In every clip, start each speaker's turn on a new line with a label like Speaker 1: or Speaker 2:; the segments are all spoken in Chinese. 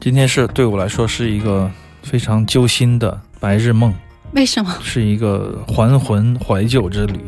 Speaker 1: 今天是对我来说是一个非常揪心的白日梦，
Speaker 2: 为什么？
Speaker 1: 是一个还魂怀旧之旅。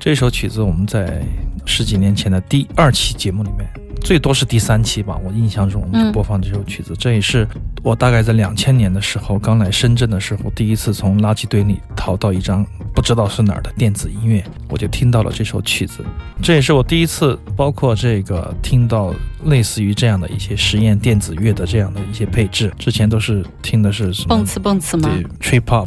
Speaker 1: 这首曲子我们在十几年前的第二期节目里面，最多是第三期吧，我印象中我们就
Speaker 3: 嗯
Speaker 1: 播放这首曲子。这也是我大概在两千年的时候刚来深圳的时候，第一次从垃圾堆里淘到一张不知道是哪儿的电子音乐，我就听到了这首曲子。这也是我第一次，包括这个听到类似于这样的一些实验电子乐的这样的一些配置，之前都是听的是什么
Speaker 3: 蹦次蹦次吗？
Speaker 1: 对 trip hop，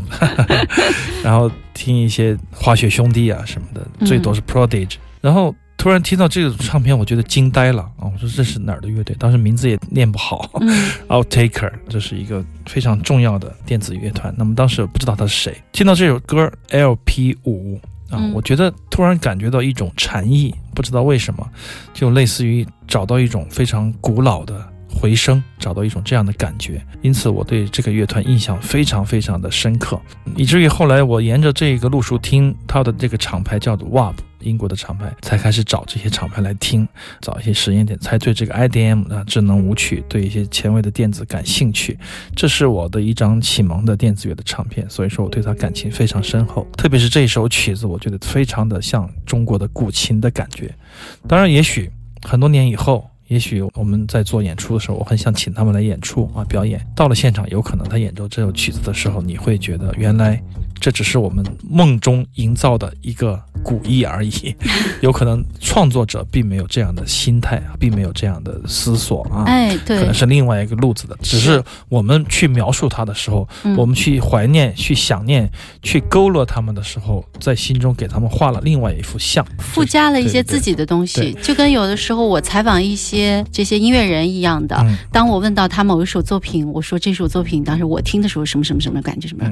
Speaker 1: 然后听一些滑雪兄弟啊什么的，
Speaker 3: 嗯
Speaker 1: 最多是 Prodigy，、然后突然听到这种唱片，我觉得惊呆了啊！我说这是哪儿的乐队？当时名字也念不好、
Speaker 3: 嗯
Speaker 1: o u t t a k e r 这是一个非常重要的电子乐团。那么当时我不知道他是谁，听到这首歌 LP 五啊，
Speaker 3: 嗯
Speaker 1: 我觉得突然感觉到一种禅意，不知道为什么，就类似于找到一种非常古老的。回声找到一种这样的感觉，因此我对这个乐团印象非常非常的深刻，以至于后来我沿着这个路数听它的这个厂牌叫做 WAP，英国的厂牌，才开始找这些厂牌来听。找一些实验点，才对这个 IDM 啊智能舞曲，对一些前卫的电子感兴趣。这是我的一张启蒙的电子乐的唱片，所以说我对它感情非常深厚。特别是这首曲子，我觉得非常的像中国的古琴的感觉。当然，也许很多年以后。也许我们在做演出的时候，我很想请他们来演出啊，表演。到了现场，有可能他演奏这首曲子的时候，你会觉得原来这只是我们梦中营造的一个古意而已。有可能创作者并没有这样的心态啊，并没有这样的思索啊，
Speaker 3: 哎，
Speaker 1: 可
Speaker 3: 对
Speaker 1: 能，是另外一个路子的。只是我们去描述它的时候，
Speaker 3: 嗯
Speaker 1: 我们去怀念、去想念、去勾勒他们的时候，在心中给他们画了另外一幅像。
Speaker 3: 附加了一些
Speaker 1: 对对对
Speaker 3: 自己的东西，就跟有的时候我采访一些这些音乐人一样的。
Speaker 1: 嗯，
Speaker 3: 当我问到他某一首作品，我说这首作品当时我听的时候什么什么什么感觉什么，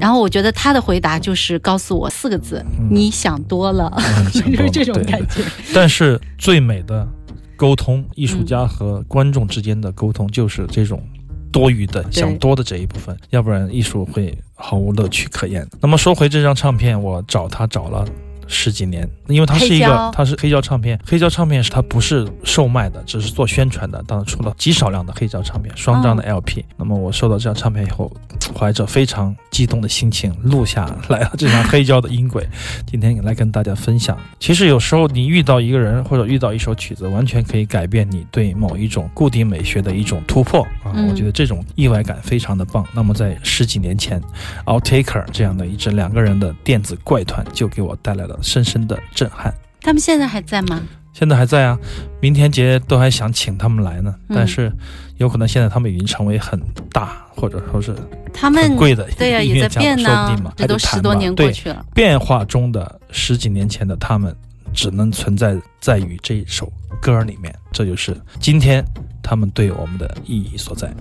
Speaker 3: 然后我觉得他的回答就是告诉我四个字：
Speaker 1: 嗯
Speaker 3: 你想多 了，
Speaker 1: 嗯想
Speaker 3: 就
Speaker 1: 多
Speaker 3: 是
Speaker 1: 了
Speaker 3: 这种
Speaker 1: 对
Speaker 3: 感
Speaker 1: 对
Speaker 3: 觉。
Speaker 1: 但是最美的沟通，艺术家和观众之间的沟通，就是这种多余的、想多的这一部分，要不然艺术会毫无乐趣可言。那么说回这张唱片，我找他找了。十几年，因为它是一
Speaker 3: 黑胶
Speaker 1: 个，它是黑胶唱片。黑胶唱片是它不是售卖的，只是做宣传的。当然出了极少量的黑胶唱片，双张的
Speaker 3: 嗯
Speaker 1: LP。那么我收到这张唱片以后，怀着非常激动的心情录下来了这张黑胶的音轨。今天来跟大家分享。其实有时候你遇到一个人或者遇到一首曲子，完全可以改变你对某一种固定美学的一种突破啊！
Speaker 3: 嗯
Speaker 1: 我觉得这种意外感非常的棒。那么在十几年前，Outtaker 这样的一支两个人的电子怪团就给我带来了深深的震撼。
Speaker 3: 他们现在还在吗？
Speaker 1: 现在还在啊，明天节都还想请他们来呢，
Speaker 3: 嗯
Speaker 1: 但是有可能现在他们已经成为很大或者说是
Speaker 3: 他
Speaker 1: 很
Speaker 3: 们
Speaker 1: 贵的
Speaker 3: 对呀、啊
Speaker 1: 音
Speaker 3: 也
Speaker 1: 乐
Speaker 3: 在
Speaker 1: 家
Speaker 3: 变
Speaker 1: 了，说不
Speaker 3: 呢
Speaker 1: 定嘛，，
Speaker 3: 这都
Speaker 1: 还得谈
Speaker 3: 十多
Speaker 1: 吧
Speaker 3: 年
Speaker 1: 对
Speaker 3: 过去了。
Speaker 1: 变化中的十几年前的他们，只能存在在于这首歌里面，这就是今天他们对我们的意义所在。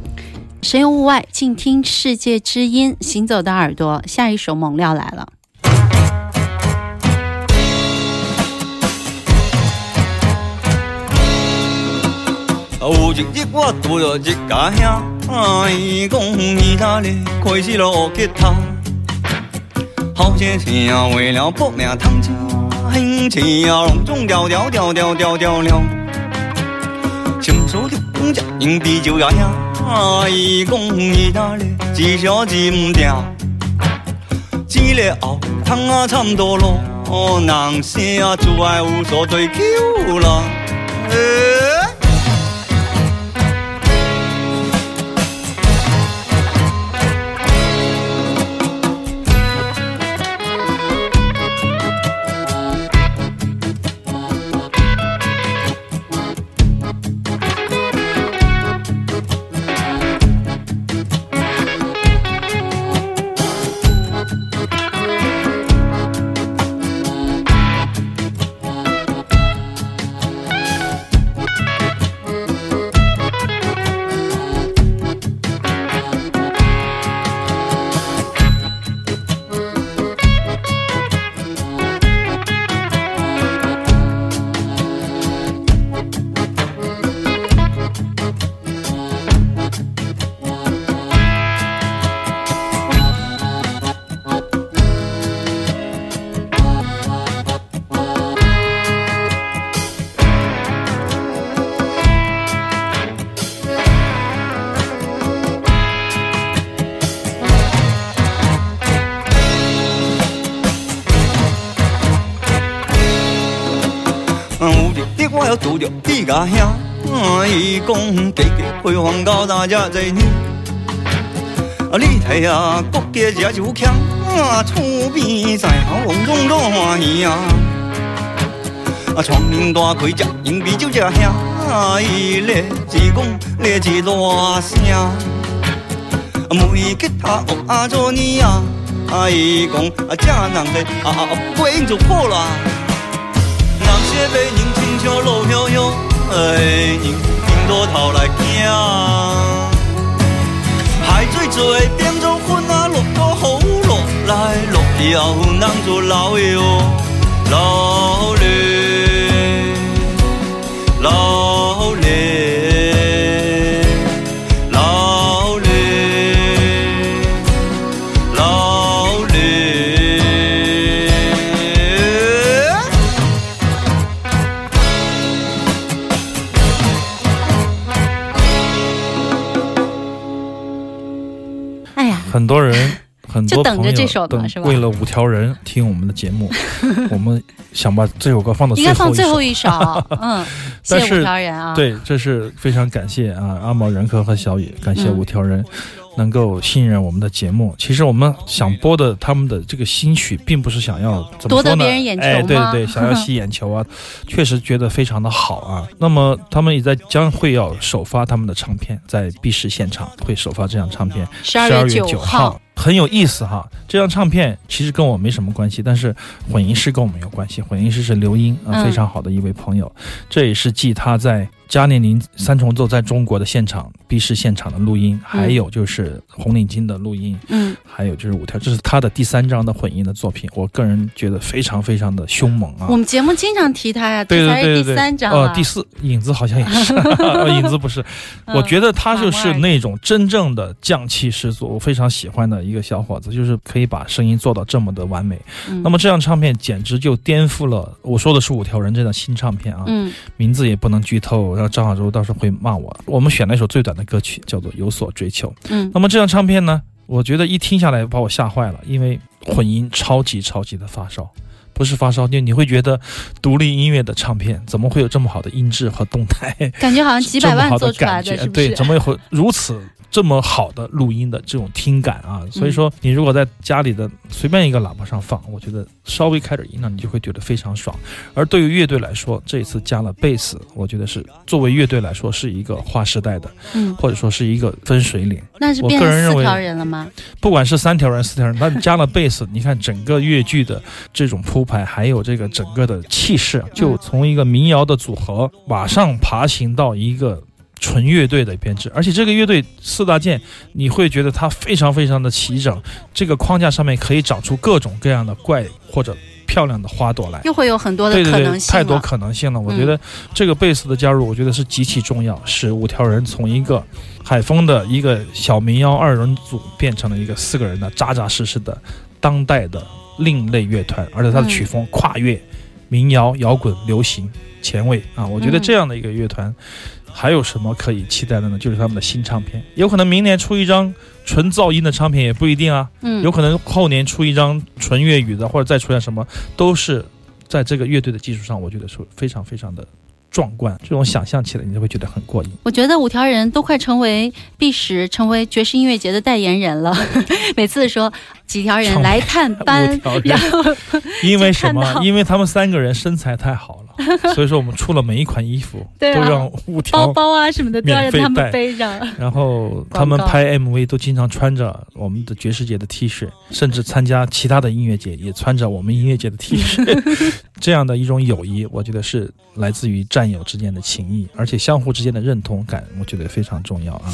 Speaker 3: 神游物外，静听世界之音，行走的耳朵。下一首猛料来了。
Speaker 4: 有一日我拄着一家兄，伊讲伊他咧开始落吉他，好些钱啊为了搏命赚钱，兴起啊拢总调调调调调调了。亲手就讲只用啤酒牙呀，伊讲伊他咧一小时唔掉，一个后汤啊惨多咯，人生啊自爱有所追求啦。欸要走掉一家乡，啊，一共给给辉煌高大家在听。啊，你睇呀，国家家就强，啊，厝边在好红中多欢喜呀。啊，窗帘大开，食饮啤酒，食香，啊，伊咧一讲咧一大声。每吉他哦阿做尼啊，阿姨讲啊家人的啊啊啊，不应就破啦。那些被人亲像路飘飘，哎，人人多头来行。海水做变做粉啊，落到雨落来落去后，人就老哟老嘞老嘞。老嘞，老嘞。
Speaker 3: 哎呀，
Speaker 1: 很多人。很多
Speaker 3: 就等
Speaker 1: 朋
Speaker 3: 着
Speaker 1: 友
Speaker 3: 这首嘛
Speaker 1: 等
Speaker 3: 是吧
Speaker 1: 为了五条人听我们的 节目，我们想把这首歌放到
Speaker 3: 应
Speaker 1: 最
Speaker 3: 该放
Speaker 1: 后一
Speaker 3: 最
Speaker 1: 首
Speaker 3: 后。一首， 嗯，谢
Speaker 1: 但
Speaker 3: 谢
Speaker 1: 是
Speaker 3: 五条人啊，，
Speaker 1: 对，这是非常感谢啊，阿毛、任科和小雨，感谢
Speaker 3: 嗯
Speaker 1: 五条人能够信任我们的节目。其实我们想播的他们的这个新曲，并不是想要怎么
Speaker 3: 夺得
Speaker 1: 说呢
Speaker 3: 别人眼球
Speaker 1: 哎，对
Speaker 3: 吗
Speaker 1: 对 对，想要吸眼球啊，确实觉得非常的好啊。那么他们也在将会要首发他们的唱片，在 B 市现场会首发这张唱片。
Speaker 3: 十二
Speaker 1: 12
Speaker 3: 月
Speaker 1: 月
Speaker 3: 九
Speaker 1: 9号。。很有意思哈，这张唱片其实跟我没什么关系，但是混音师跟我们有关系。混音师是刘英啊，
Speaker 3: 嗯
Speaker 1: 非常好的一位朋友，这也是继他在加念林三重奏在中国的现场、B 市现场的录音，还有就是红领巾的录音，
Speaker 3: 嗯，
Speaker 1: 还有就是五条，这是他的第三张的混音的作品。我个人觉得非常非常的凶猛啊
Speaker 3: 我！们节目经常提他呀，
Speaker 1: 对
Speaker 3: 这才
Speaker 1: 对对
Speaker 3: 是
Speaker 1: 对
Speaker 3: 第
Speaker 1: 对，
Speaker 3: 三章
Speaker 1: 哦
Speaker 3: 啊，，
Speaker 1: 第四影子好像也是， 哦影子不是，
Speaker 3: 嗯
Speaker 1: 我觉得他就
Speaker 3: 马
Speaker 1: 是
Speaker 3: 莫尔
Speaker 1: 那种真正的匠气十足，我非常喜欢的一个小伙子，就是可以把声音做到这么的完美。
Speaker 3: 嗯
Speaker 1: 那么这张唱片简直就颠覆了，我说的是五条人这张新唱片啊，
Speaker 3: 嗯，
Speaker 1: 名字也不能剧透，然后张小舟到时候会骂我。我们选了一首最短的歌曲，叫做《有所追求》。
Speaker 3: 嗯
Speaker 1: 那么这张唱片呢，我觉得一听下来把我吓坏了，因为混音超级超级的发烧，不是发烧，就你会觉得独立音乐的唱片怎么会有这么好的音质和动态，
Speaker 3: 感觉好像啊几百
Speaker 1: 这么
Speaker 3: 万
Speaker 1: 好的
Speaker 3: 做出来
Speaker 1: 感觉
Speaker 3: 是不
Speaker 1: 对，
Speaker 3: 是？
Speaker 1: 怎么会如此？这么好的录音的这种听感啊，所以
Speaker 3: 嗯
Speaker 1: 说你如果在家里的随便一个喇叭上放，我觉得稍微开点音量，你就会觉得非常爽。而对于乐队来说，这一次加了贝斯，我觉得是作为乐队来说是一个划时代的，
Speaker 3: 嗯，
Speaker 1: 或者说是一个分水岭。
Speaker 3: 那是
Speaker 1: 我
Speaker 3: 变
Speaker 1: 个
Speaker 3: 成
Speaker 1: 人
Speaker 3: 四
Speaker 1: 认为
Speaker 3: 条人了吗？
Speaker 1: 不管是三条人、四条人，那你加了贝斯，你看整个越剧的这种铺排，还有这个整个的气势，就从一个民谣的组合马上爬行到一个。纯乐队的编制，而且这个乐队四大件，你会觉得它非常非常的齐整，这个框架上面可以长出各种各样的怪或者漂亮的花朵来。
Speaker 3: 又会有很多的
Speaker 1: 对
Speaker 3: 可
Speaker 1: 对
Speaker 3: 能
Speaker 1: 对，
Speaker 3: 性啊
Speaker 1: 太多
Speaker 3: 了。
Speaker 1: 可能性了。我
Speaker 3: 嗯
Speaker 1: 觉得这个贝斯的加入，我觉得是极其重要，使五条人从一个海风的一个小民谣二人组变成了一个四个人的扎扎实实的当代的另类乐团，而且它的
Speaker 3: 嗯
Speaker 1: 曲风跨越民谣、摇滚、流行、前卫啊，我觉得
Speaker 3: 嗯
Speaker 1: 这样的一个乐团。还有什么可以期待的呢？就是他们的新唱片，有可能明年出一张纯噪音的唱片也不一定啊。
Speaker 3: 嗯
Speaker 1: 有，可能后年出一张纯粤语的，或者再出现什么，都是在这个乐队的基础上，我觉得是非常非常的壮观。这种想象起来，你就会觉得很 过瘾。
Speaker 3: 我觉得五条人都快成为碧石，成为爵士音乐节的代言人了。 每次说几条人
Speaker 1: 成为
Speaker 3: 来探
Speaker 1: 五
Speaker 3: 班
Speaker 1: 条，人
Speaker 3: 然后
Speaker 1: 因 为什
Speaker 3: 看
Speaker 1: 么
Speaker 3: 到？
Speaker 1: 因为他们三个人身材太好 了，所以说我们出了每一款衣服
Speaker 3: 对啊
Speaker 1: 都让五
Speaker 3: 包
Speaker 1: 条，
Speaker 3: 包啊什么的都要让
Speaker 1: 免费
Speaker 3: 他们
Speaker 1: 带
Speaker 3: 背上。
Speaker 1: 然后他们
Speaker 3: 广告
Speaker 1: 拍 MV 都经常穿着我们的爵士节的 T 恤，甚至参加其他的音乐节也穿着我们音乐节的 T 恤。 这样的一种友谊，我觉得是来自于战友之间的情谊，而且相互之间的认同感，我觉得非常重要啊。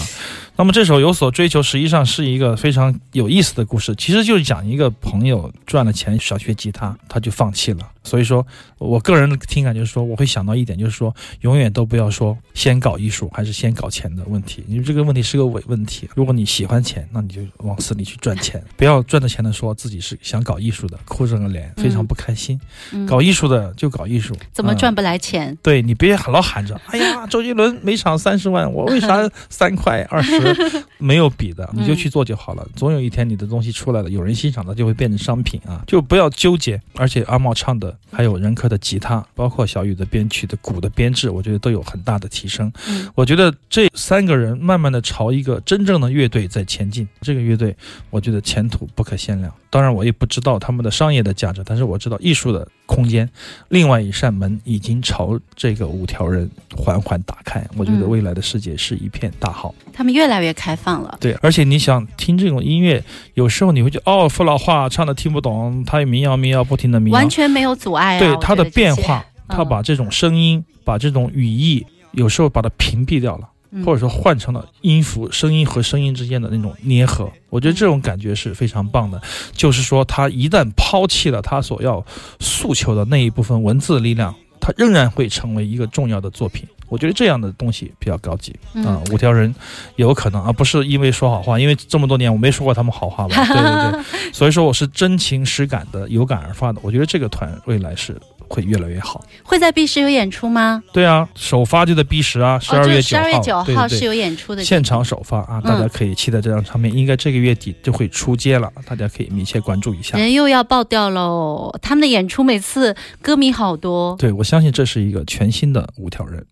Speaker 1: 那么这首《有所追求》实际上是一个非常有意思的故事，其实就是讲一个朋友赚了钱想学吉他，他就放弃了。所以说我个人的听感就是说，我会想到一点，就是说永远都不要说先搞艺术还是先搞钱的问题，因为这个问题是个伪问题。如果你喜欢钱，那你就往死里去赚
Speaker 3: 嗯
Speaker 1: 钱，不要赚着钱的说自己是想搞艺术的，哭着个脸，非常不开心。
Speaker 3: 嗯
Speaker 1: 搞艺术的就搞艺术，
Speaker 3: 怎么
Speaker 1: 嗯
Speaker 3: 赚不来钱？
Speaker 1: 对你别老喊着，哎呀，周杰伦每场三十万，我为啥三块二十？没有比的，你就去做就好了。总有一天你的东西出来了，有人欣赏它就会变成商品啊，就不要纠结。而且阿茂唱的的，还有任科的吉他，包括小雨的编曲的鼓的编制，我觉得都有很大的提升。
Speaker 3: 嗯
Speaker 1: 我觉得这三个人慢慢的朝一个真正的乐队在前进，这个乐队我觉得前途不可限量。当然，我也不知道他们的商业的价值，但是我知道艺术的空间，另外一扇门已经朝这个五条人缓缓打开。我觉得
Speaker 3: 嗯
Speaker 1: 未来的世界是一片大好。
Speaker 3: 他们越来越开放了。
Speaker 1: 对，而且你想听这种音乐，有时候你会觉得哦，父老话唱的听不懂，他有民谣，民谣不停的民谣
Speaker 3: 完，全没有阻碍、啊。
Speaker 1: 对
Speaker 3: 我觉
Speaker 1: 它的
Speaker 3: 得这
Speaker 1: 变
Speaker 3: 些
Speaker 1: 化，他
Speaker 3: 嗯
Speaker 1: 把这种声音，把这种语义，有时候把它屏蔽掉了。
Speaker 3: 嗯
Speaker 1: 或者说换成了音符、声音和声音之间的那种粘合，我觉得这种感觉是非常棒的。就是说，他一旦抛弃了他所要诉求的那一部分文字力量，他仍然会成为一个重要的作品。我觉得这样的东西比较高级
Speaker 3: 嗯
Speaker 1: 啊、五条人有可能啊，不是因为说好话，因为这么多年我没说过他们好话 吧？对对对，所以说我是真情实感的，有感而发的。我觉得这个团未来是会越来越好。
Speaker 3: 会在 B 十有演出吗？
Speaker 1: 对啊，首发就在 B 十啊，十二月
Speaker 3: 哦十
Speaker 1: 九
Speaker 3: 二月
Speaker 1: 号，
Speaker 3: 九
Speaker 1: 对
Speaker 3: 号
Speaker 1: 对
Speaker 3: 是有演出的，嗯
Speaker 1: 现场首发啊，大家可以期待这张唱片，应该这个月底就会出街了，大家可以密切关注一下。
Speaker 3: 人又要爆掉喽！他们的演出每次歌迷好多，
Speaker 1: 对，我相信这是一个全新的五条人。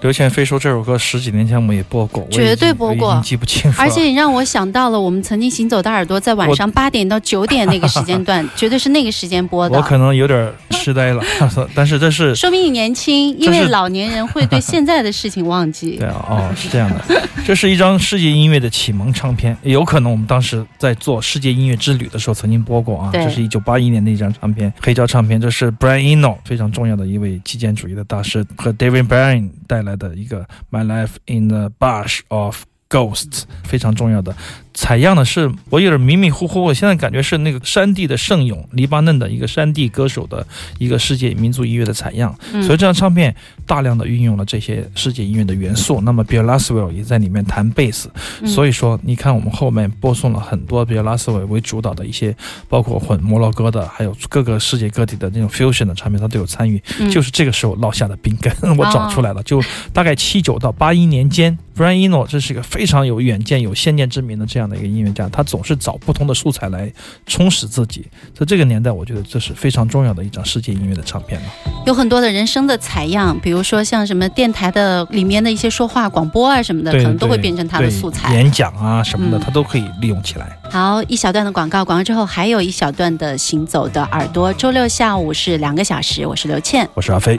Speaker 1: 刘倩飞说这首歌十几年前我们也播过，我已经
Speaker 3: 绝对播过
Speaker 1: 我已经记不清楚了。
Speaker 3: 而且你让我想到了我们曾经行走的耳朵，在晚上八点到九点那个时间 段，绝对是那个时间播
Speaker 1: 我可
Speaker 3: 的。
Speaker 1: 能有点痴呆了， 但是这是
Speaker 3: 说明你年轻，因
Speaker 1: 这
Speaker 3: 为
Speaker 1: 是
Speaker 3: 老年人会对现在的事情忘记
Speaker 1: 对。啊，哦，是这样的，这是一张世界音乐的启蒙唱片，也有可能我们当时在做世界音乐之旅的时候曾经播过啊。
Speaker 3: 对
Speaker 1: 这是一九八一年的一张唱片，黑胶唱片，这是 Brian Eno 非常重要的一位极简主义的大师和 David Bryan 带来的一个《My Life in the Bush of Ghosts》，非常重要的。采样的是我有点迷迷糊糊，我现在感觉是那个山地的圣咏，黎巴嫩的一个山地歌手的一个世界民族音乐的采样。
Speaker 3: 嗯
Speaker 1: 所以这张唱片大量的运用了这些世界音乐的元素。那么 Bill Laswell 也在里面弹贝斯，
Speaker 3: 嗯
Speaker 1: 所以说你看我们后面播送了很多 Bill Laswell 为主导的一些，包括混摩洛哥的，还有各个世界各地的那种 fusion 的唱片，他都有参与。
Speaker 3: 嗯哦
Speaker 1: 就是这个时候落下的病根，我找出来了，就大概七九到八一年间，Brian Eno 这是一个非常有远见、有先见之明的这样的一个音乐家，他总是找不同的素材来充实自己。在这个年代，我觉得这是非常重要的一张世界音乐的唱片了。
Speaker 3: 有很多的人生的采样，比如说像什么电台的里面的一些说话、广播啊什么的，
Speaker 1: 对
Speaker 3: 可能都会
Speaker 1: 对
Speaker 3: 变成他的
Speaker 1: 对
Speaker 3: 素材。
Speaker 1: 演讲啊什么的，
Speaker 3: 嗯
Speaker 1: 他都可以利用起来。
Speaker 3: 好，一小段的广告，广告之后还有一小段的行走的耳朵。周六下午是两个小时，我是刘倩。
Speaker 1: 我是阿飞。